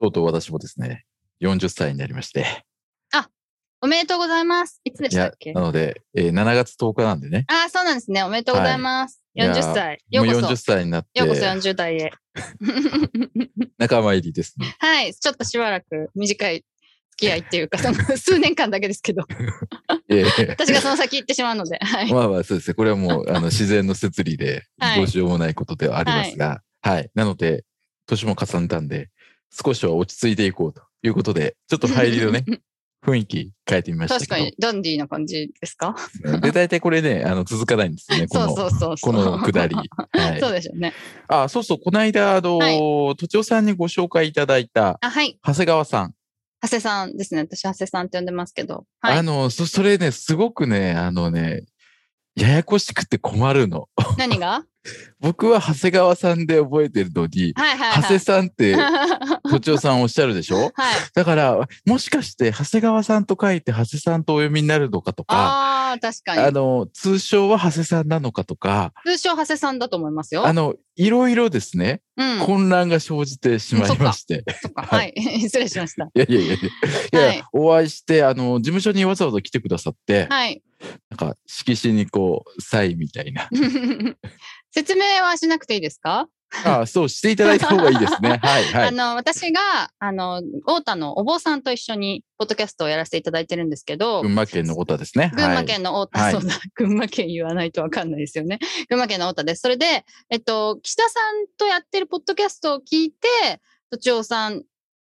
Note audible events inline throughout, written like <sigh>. とうとう私もですね、40歳になりまして。おめでとうございますいつでいや、なので、えー7月10日なんでね。ああそうなんですねおめでとうございます、はい40歳もう40歳になって、 40代へ <laughs> 仲間入りですね。はい、ちょっとしばらく短い付き合いっ <laughs> ていうか、その数年間だけですけど、ええ私がその先行ってしまうので、はい。まあまあ、そうですね。これは <laughs> もう、あの、自然の摂理ではいどうしようもないことではありますが、はい。なので、年も重ねたんで、少しは落ち着いていこうということで、ちょっと入りの <laughs> ね、雰囲気変えてみましたけ確ど。かに、ダンディーな感じですかで、大体これね、あの、続かないんです <laughs> よね。こその、うそうそうそう。このくだ <laughs> り。はいそうですよね。あ、そうそう、この間、あの、はとちおさんにご紹介いただいた、あ、はい。長谷川さん。長谷さんですね。私、長谷さんって呼んでますけど。はあい。の、そ、それね、すごくね、あのね、ややこしくて困るの。 <laughs> 何が僕は長谷川さんで覚えてるのに、はいは長いは谷い。さん <laughs> って、はとちおさんおっしゃるでしょい。だから、もしかして、長谷川さんと書いて、長谷さんとお読みになるのかとか、ああ、確かあに。の、通称は長谷さんなのかとか、通称、長谷さんだと思いますよあ。の、いろいろですね、うん。混乱が生じてしまいまして。そっか。は。はい <laughs> 失礼しました。いやいやいや <laughs> いや、いやお会いして、あの、事務所にわざわざ来てくださって、はい。なんか、色紙にこう、サインみたいな。 <laughs> 説明はしなくていいですかああ、そうしていただいた方がいいです <laughs> ね。はい、はあい。の、私が、あの、太田のお坊さんと一緒に、ポッドキャストをやらせていただいてるんですけど、群馬県のことはですね。群馬はい、県の太田、はいそうだ、 <laughs> 群馬県言わないとわかんないですよね。群馬県の太田です。それで、えっと、岸田さんとやってるポッドキャストを聞いて、土地さん、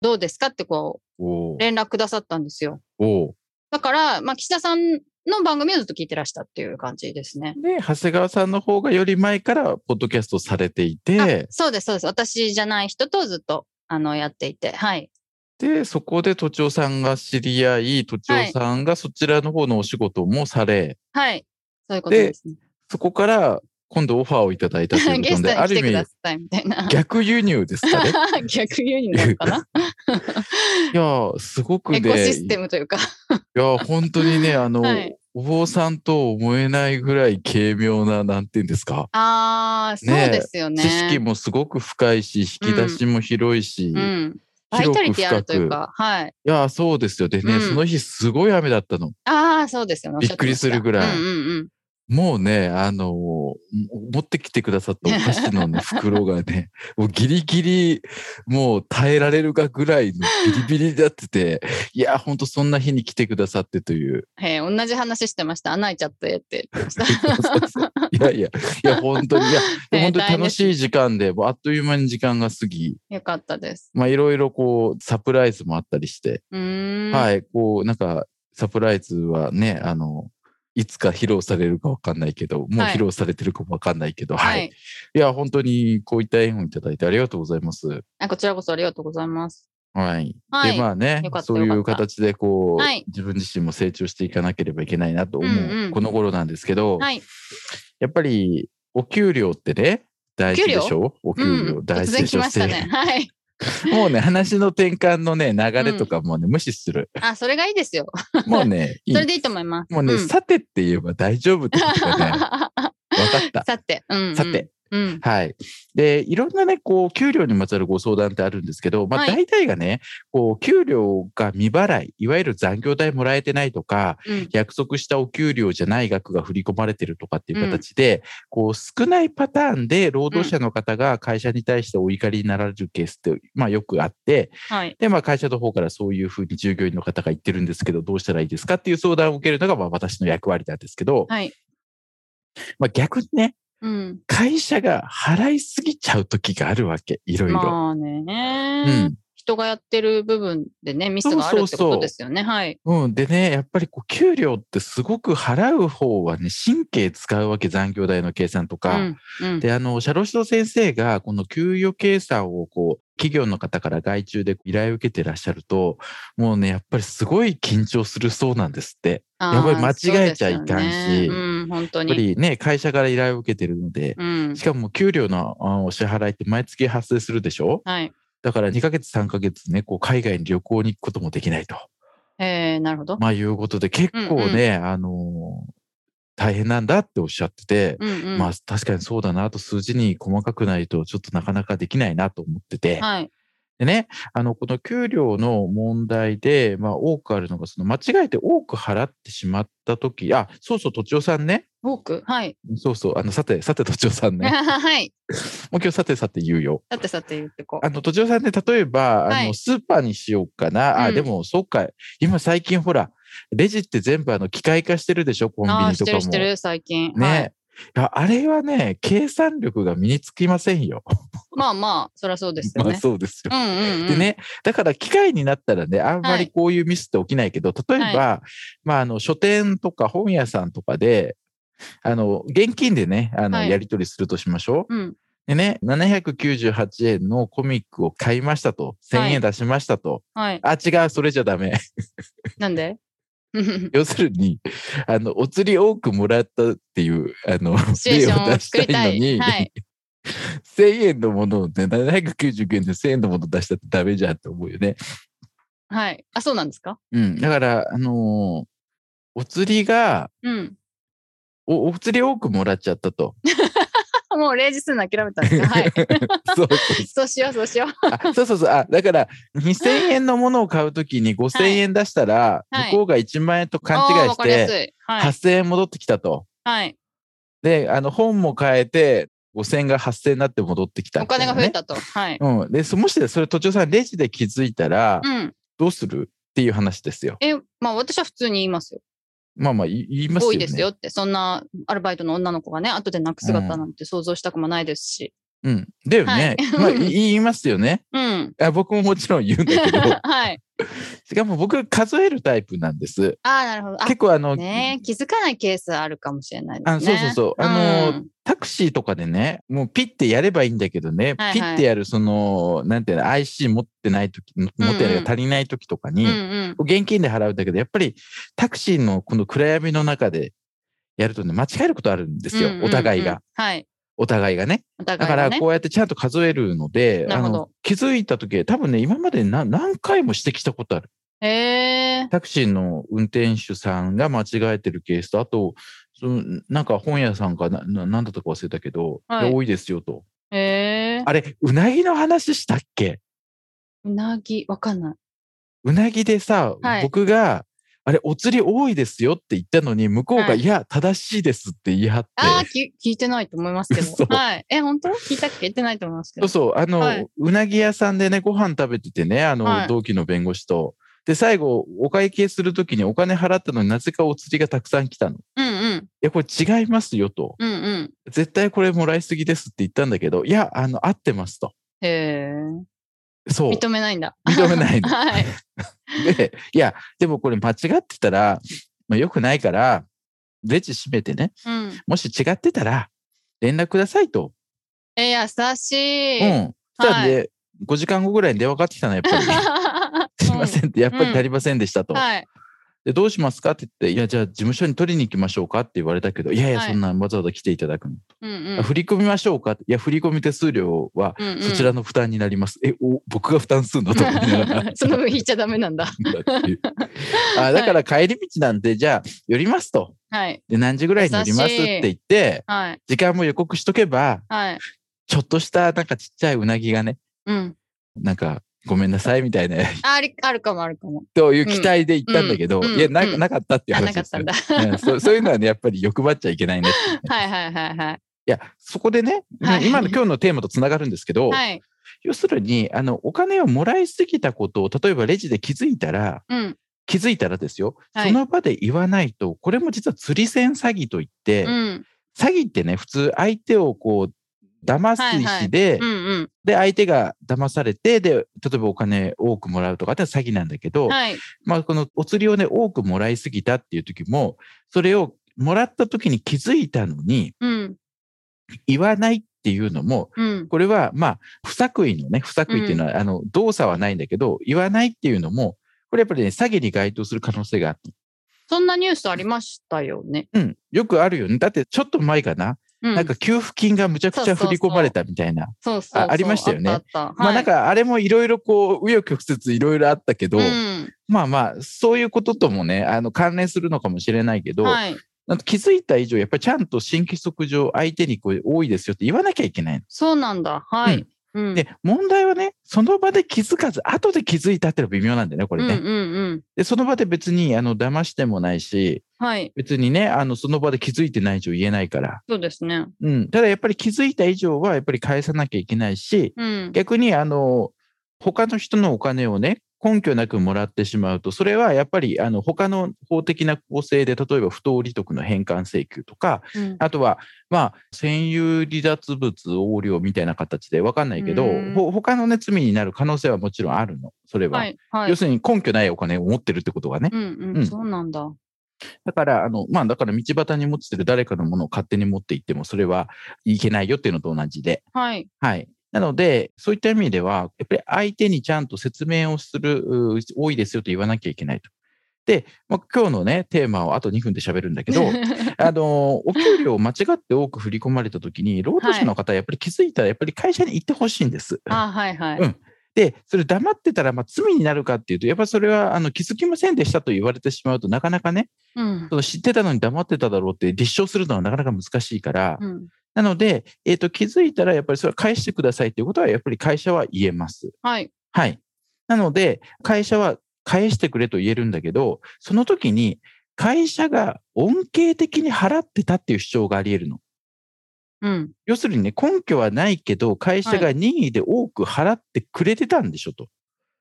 どうですかってこおう、ー連絡くださったんですよ。おーだから、まあ、岸田さんの番組をずっと聞いてらしたっていう感じですね。で、長谷川さんの方がより前から、ポッドキャストされていてあ、そうです、そうです。私じゃない人とずっと、あの、やっていて、はい。で、そこで都庁さんが知り合い、都庁さんがそちらの方のお仕事もされ、はい。そういうことでですね。そこから今度オファーをいただいたというこ <laughs> ゲとストで、あにる来てく意だ味、さいみたいな。逆輸入です <laughs> かね。逆輸入なの <laughs> かないやー、すごくエコシね、スいテムというか。 <laughs> やー、本当にね、あの、はいお坊さんと思えないぐらい軽妙な、なんていうんですか。ああ、そうねえですよね。知識もすごく深いし、引き出しも広いし、ういん。バイ広くタリティあるというか、はい。やー、そうですよ。でね、うんその日すごい雨だったの。ああ、そうですよね。おしびっゃてましたくりするぐらいうんうんうん。もうね、あのーも持ってきてくださったお菓子 <laughs> のね袋がね、もうギリギリ、もう耐えられるかぐらいのビリビリになってて、いやー、ほんとそんな日に来てくださってという。へえ、同じ話してました。穴開いちゃってって言ってました。そうそういやいや、いや、本当に、いや、 <laughs> ね本当に大変で楽すしい時間で、もうあっという間に時間が過ぎ、よかったです。まあ、いろいろこう、サプライズもあったりして、うーん。い。はい、こう、なんか、サプライズはね、あの、いつか披露されるかわかんないけど、もうはい披露されてるかもわかんないけど、ははいい。いや、本当にこういった絵本いただいてありがとうございます。あこちらこそありがとうございます。はい。はいで、まあねよかっ、たそういようかった形でこう、はい自分自身も成長していかなければいけないなと思う、うんうんこの頃なんですけど、はい。やっぱりお給料ってね、大事でしょおう給ん料。突大事然でし来ょ、ましたね。はい。せ <laughs> もうね、話の転換のね、流れとかもね、無視す <laughs> る。あ、それがいいですよ。もうね、いいそれでいいと思います。もうね、んさてって言えば大丈夫ってことが <laughs> ね、分かった。さて。うんうんさて。。うん。はい。で、いろんなね、こう、給料にまつわるご相談ってあるんですけど、まあ、はい大体がね、こう、給料が未払い、いわゆる残業代もらえてないとか、うん約束したお給料じゃない額が振り込まれてるとかっていう形で、こう、少ないパターンで労働者の方が会社に対してお怒りになられるケースって、まあ、よくあって、はい。で、まあ、会社の方からそういうふうに従業員の方が言ってるんですけど、どうしたらいいですかっていう相談を受けるのが、まあ、私の役割なんですけど、はい。まあ、逆にね、うん。会社が払いすぎちゃう時があるわけ、いろいろ。まあね。うん。人がやってる部分でね、ミスがあるってことですよね。はい。うん、でね、やっぱりこう給料ってすごく払う方はね、神経使うわけ、残業代の計算とうか。ん。うん。で、あの、社労士の先生が、この給与計算を、こう、企業の方から外注で依頼を受けてらっしゃると、もうね、やっぱりすごい緊張するそうなんですって。やっぱり間違えちゃいかんしあーそうですよねうん、本当やっぱに。りね、会社から依頼を受けてるので、うんし。かも給料のあお支払いって毎月発生するでしょはい。だから2ヶ月、3ヶ月ね、こう、海外に旅行に行くこともできないと。えー、なるほど。まあ、いうことで、結構ね、あのー大変なんだっておっしゃってて、うんうん。まあ、確かにそうだなと、数字に細かくないと、ちょっとなかなかできないなと思ってて。はい。でね、あの、この給料の問題で、まあ、多くあるのが、その、間違えて多く払ってしまったとき、あ、そうそう、とちおさんね。多くはい。そうそう、あの、さて、さて、とちおさんね。 <laughs> はい。もう今日さてさて言うよ。さてさて言ってこう。あの、とちおさんね、例えば、はあの、いスーパーにしようかな。うあ、んでも、そうか。今最近、ほら、レジって全部、あの、機械化してるでしょ、コンビああー、ニしとてかるも。してる、最近。ね、はいい、やあれはね、計算力が身につきませんよ。まあまあ、そりゃそうですよまあね。そうですよ。うんうんうん。で。ね、だから機械になったらね、あんまはりいこういうミスって起きないけど、例えば、まあ、あの、書店とか本屋さんとかで、あの、現金でね、あの、はいやり取りするとしましょう。うん。でね、798円のコミックを買いましたと、は1000い円出しましたと、はい。あ、違う、それじゃダメ。 <laughs> なんで <laughs> 要するに、あの、お釣り多くもらったっていう、あの、シチュエーション例をを出作りしたたい。いのに、はい。 <laughs> 1000円のものをね、799円で1000円のもの出したってダメじゃんって思うよね。はい。あ、そうなんですかうん。だから、あのーお釣りが、うん。お、お釣り多くもらっちゃったと。 <laughs> もう0時するの諦めたんですかはい。そうそうそうしよう、そうしよう。あそうそうそう。あ、だから、2000円のものを買うときに5000円出したら、はい向こうが1万円と勘あ違ーいわしかりやすて、い。はい。 8000円戻ってきたと。はい。で、あの、本も変えて、5000円が8000円になって戻ってきたおみたい金なね、が増えたと。はい。うん。で、そもしそれ、途中さん、レジで気づいたら、うん。どうするっていう話ですよ。え、まあ私は普通に言いますよ。まあまあ、い言いますよ多ね。いですよって、そんなアルバイトの女の子がね、後で泣く姿なんて想像したくもないですし。うん。だよね。まあ、い言いますよね。うん。あ僕ももちろん言うんだけど、 <laughs> はい。しかも僕、数えるタイプなんです。ああ、なるほど。あ結構、あの、ねえ気づかないケースあるかもしれないであすそね。うそうそう。あの、うんタクシーとかでね、もうピッてやればいいんだけどね、はいはいピッてやる、その、なんていうの、IC 持ってない時、持ってないうんうん足りない時とかに、うんうん。現金で払うんだけど、やっぱりタクシーのこの暗闇の中でやるとね、間違えることあるんですよ、うんうんうんお互いが。。はい。お互いがね。お互だいかがら、ねこうやってちゃんと数えるので、なるあほどの気づいた時多分ね、今まで何何回も指摘したことある。へえ。タクシーの運転手さんが間違えてるケースと、あと、そのなんか本屋さんかなななんだったか忘れたけど、はい多いですよと。へえ。あれ、うなぎの話したっけうなぎ、わかんない。うなぎでさ、はい僕が、あれ、お釣り多いですよって言ったのに、向こうが、はいい、や、正しいですって言い張って、ああ、き聞いてないと思いますけ嘘 <laughs> ど。はい。え、本当聞いたっけ言ってないと思いますけそうど。そう、あの、はいうなぎ屋さんでね、ご飯食べててね、あの、はい同期の弁護士と。で、最後、お会計するときにお金払ったのになぜかお釣りがたくさん来たの。いうんうん。や、これ違いますよと。うんうん。絶対これもらいすぎですって言ったんだけど、いや、あの、合ってますと。へえ。そう。認めないんだ。認めないの。はい。で、 <laughs> いや、でもこれ間違ってたら、まあ、良くないから、レジ閉めてね、うん。もし違ってたら、連絡くださいと。え、優しうい。ん。そしたら <laughs> で、5時間後ぐらいに電話かかってき <laughs> たの、やっぱり。すいませんって、やっぱり足りませんでしたと。はい。で、どうしますかって言って、いや、じゃあ事務所に取りに行きましょうかって言われたけど、いやいや、はいそんなわざわざ来ていただくの。うんあ振り込みましょうかっていや、振り込み手数料はう <laughs> ん。そちらの負担になります。え、お、僕が負担するのと思いながら <laughs> 。その分引いちゃダメなんだ。っていうあだから帰り道なんで、じゃあ、寄りますと。はい。で、何時ぐらいに寄りますっ優しいて言って、はい。時間も予告しとけば、はい。ちょっとしたなんかちっちゃいうなぎがね、うん。なんか、ごめんなさいみたいな、あありあるかもあるかも。という期待で行ったんだけど、うんうんいや、なうんなかったっていうあ、な話かでっすたよんだ。うんそうそういうのはね、やっぱり欲張っちゃいけないね。 <laughs> はいはいはいはい。いや、そこでね、はい今の今日のテーマとつながるんですけど、はい。要するに、あの、お金をもらいすぎたことを、例えばレジで気づいたら、うん。気づいたらですよ、はいその場で言わないと、これも実は釣り線詐欺といって、うん。詐欺ってね、普通相手をこう、騙す意思で、うんうん。で、相手が騙されて、で、例えばお金多くもらうとかって詐欺なんだけど、はい。まあ、このお釣りをね、多くもらいすぎたっていう時も、それをもらった時に気づいたのに、うん。言わないっていうのも、うん。これは、まあ、不作為のね、不作為っていうのは、あの、動作はないんだけど、言わないっていうのも、これやっぱりね、詐欺に該当する可能性があって。そんなニュースありましたよね。うん。よくあるよね。だって、ちょっと前かな、うん。なんか給付金がむちゃくちゃ振り込まれたみたいな。そうそうそうあありましたよねあったあった。まあ、なんか、あれもいろいろこう、紆余曲折いろいろあったけど、はい、まあまあ、そういうことともね、あの、関連するのかもしれないけうど、ん。はい。なんか気づいた以上、やっぱりちゃんと新規則上、相手にこれ多いですよって言わなきゃいけないそうなんだ。はい。うんの。で、問題はね、その場で気づかず、後で気づいたってのは微妙なんだよね、こうんれうんね。うん。で、その場で別に、あの、騙してもないし、はい。別にね、あの、その場で気づいてない以上言えないから。そうですね。うん。ただやっぱり気づいた以上は、やっぱり返さなきゃいけないし、うん。逆に、あの、他の人のお金をね、根拠なくもらってしまうと、それはやっぱり、あの、他の法的な構成で、例えば不当利得の返還請求とか、うんあとは、まあ、占有離脱物横領みたいな形で分かんないけどうん、ほ他のね、罪になる可能性はもちろんあるの、それは。はい。はい。要するに根拠ないお金を持ってるってことがね。うんううんん。そうなんだ。だから、あの、まあ、だから道端に持ってる誰かのものを勝手に持っていっても、それはいけないよっていうのと同じで。はい。はい。なので、そういった意味では、やっぱり相手にちゃんと説明をする、う多いですよと言わなきゃいけないと。で、まあ、今日のね、テーマをあと2分で喋るんだけ <laughs> ど、あの、お給料を間違って多く振り込まれたときに、労働者の方はやっぱり気づいたら、やっぱり会社に行ってほしいんです。 <laughs> あ、はいはい。うんで、それ黙ってたら、まあ、罪になるかっていうと、やっぱそれは、あの、気づきませんでしたと言われてしまうとなかなかね、うんそ。の知ってたのに黙ってただろうって立証するのはなかなか難しいから、うんなので、えっ、と、気づいたら、やっぱりそれは返してくださいっていうことは、やっぱり会社は言えます。はい。はい。なので、会社は返してくれと言えるんだけど、その時に、会社が恩恵的に払ってたっていう主張があり得るの。うん。要するにね、根拠はないけど、会社が任意で多く払ってくれてたんでしょと。っ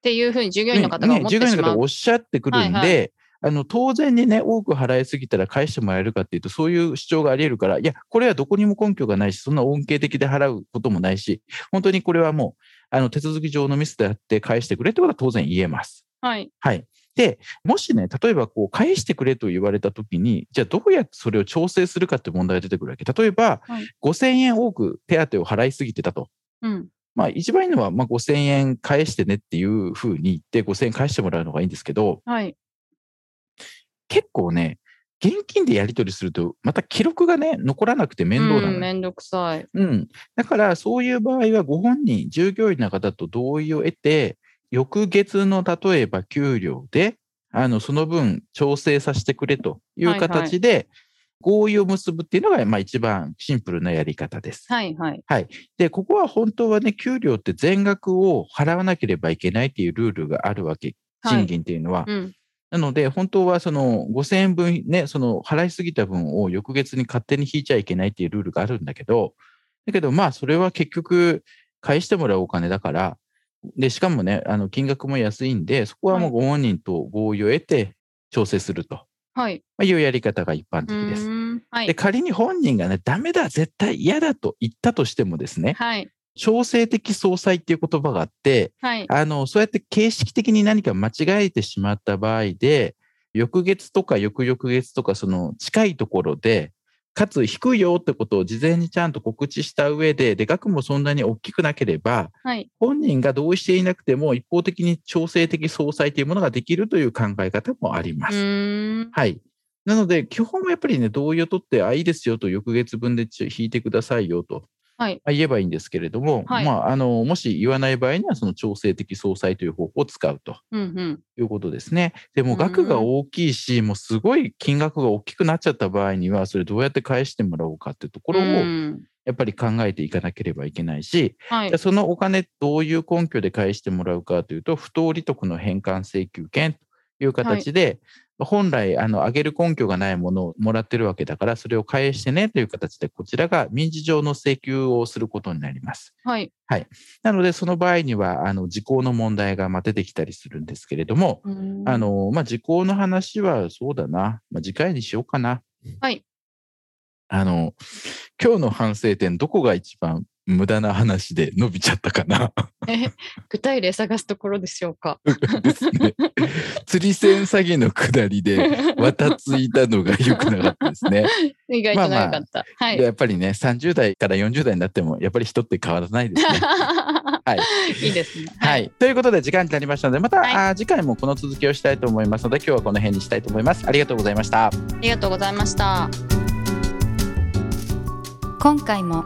ていうふうに従業員の方がねね思ってし従業員のま方がおう。っしゃってくるんで、はいあの当然にね、多く払いすぎたら返してもらえるかっていうと、そういう主張があり得るから、いや、これはどこにも根拠がないし、そんな恩恵的で払うこともないし、本当にこれはもう、あの手続き上のミスであって、返してくれってことは当然言えます。はい。はい。で、もしね、例えばこう、返してくれと言われたときに、じゃあどうやってそれを調整するかって問題が出てくるわけ。例えば、はい5000円多く手当を払いすぎてたと。うん。まあ、一番いいのは、まあ、5000円返してねっていうふうに言って、5000円返してもらうのがいいんですけど、はい。結構ね、現金でやり取りすると、また記録がね、残らなくて面倒なうんの。面倒くさい。うん。だから、そういう場合は、ご本人、従業員の方と同意を得て、翌月の例えば給料で、あの、その分調整させてくれといはういはい形で、合意を結ぶっていうのが、まあ一番シンプルなやり方です。はいはい。で、ここは本当はね、給料って全額を払わなければいけないっていうルールがあるわけ、はい賃金っていうのは。うん。なので、本当はその5000円分ね、その払いすぎた分を翌月に勝手に引いちゃいけないっていうルールがあるんだけど、だけどまあ、それは結局、返してもらうお金だから、で、しかもね、あの、金額も安いんで、そこはもうご本人と合意を得て調整するとはい。いうやり方が一般う的です。ーん。はで、い。仮に本人がね、ダメだ、絶対嫌だと言ったとしてもですね、はい。調整的総裁っていう言葉があって、はい。あの、そうやって形式的に何か間違えてしまった場合で、翌月とか翌々月とか、その近いところで、かつ低いよってことを事前にちゃんと告知した上で、で、額もそんなに大きくなければ、はい。本人が同意していなくても一方的に調整的総裁というものができるという考え方もありまうす。ーん。はい。なので、基本はやっぱりね、同意を取って、あ、いいですよと、翌月分でち引いてくださいよと、はいまあ言えばいいんですけれども、はいまあ、あの、もし言わない場合には、その調整的総裁という方法を使うとうんうん。いうことですね。でも、うん額が大きいし、もうすごい金額が大きくなっちゃった場合には、それどうやって返してもらおうかっていうところを、うんやっぱり考えていかなければいけないし、はじいゃあ。そのお金どういう根拠で返してもらうかというと、不当利得の返還請求権という形で、本来、あの、上げる根拠がないものをもらってるわけだから、それを返してねという形で、こちらが民事上の請求をすることになります。はい。なので、その場合には、あの、時効の問題がまあ出てきたりするんですけれども、うーんあ、の、まあ、時効の話はそうだな。まあ、次回にしようかな。はい。あの、今日の反省点、どこが一番無駄な話で伸びちゃったかな。 <laughs> 具体例探すところでしょうか。です <laughs> ね。釣り線詐欺の下りで、渡ついたのが良くなかったですね。意外と長かった。はいで。やっぱりね、30代から40代になっても、やっぱり人って変わらないですね。はい <laughs> いいですね。。はいい。ということで、時間になりましたので、また、はいあー次回もこの続きをしたいと思いますので、今日はこの辺にしたいと思います。ありがとうございました。ありがとうございました。今回も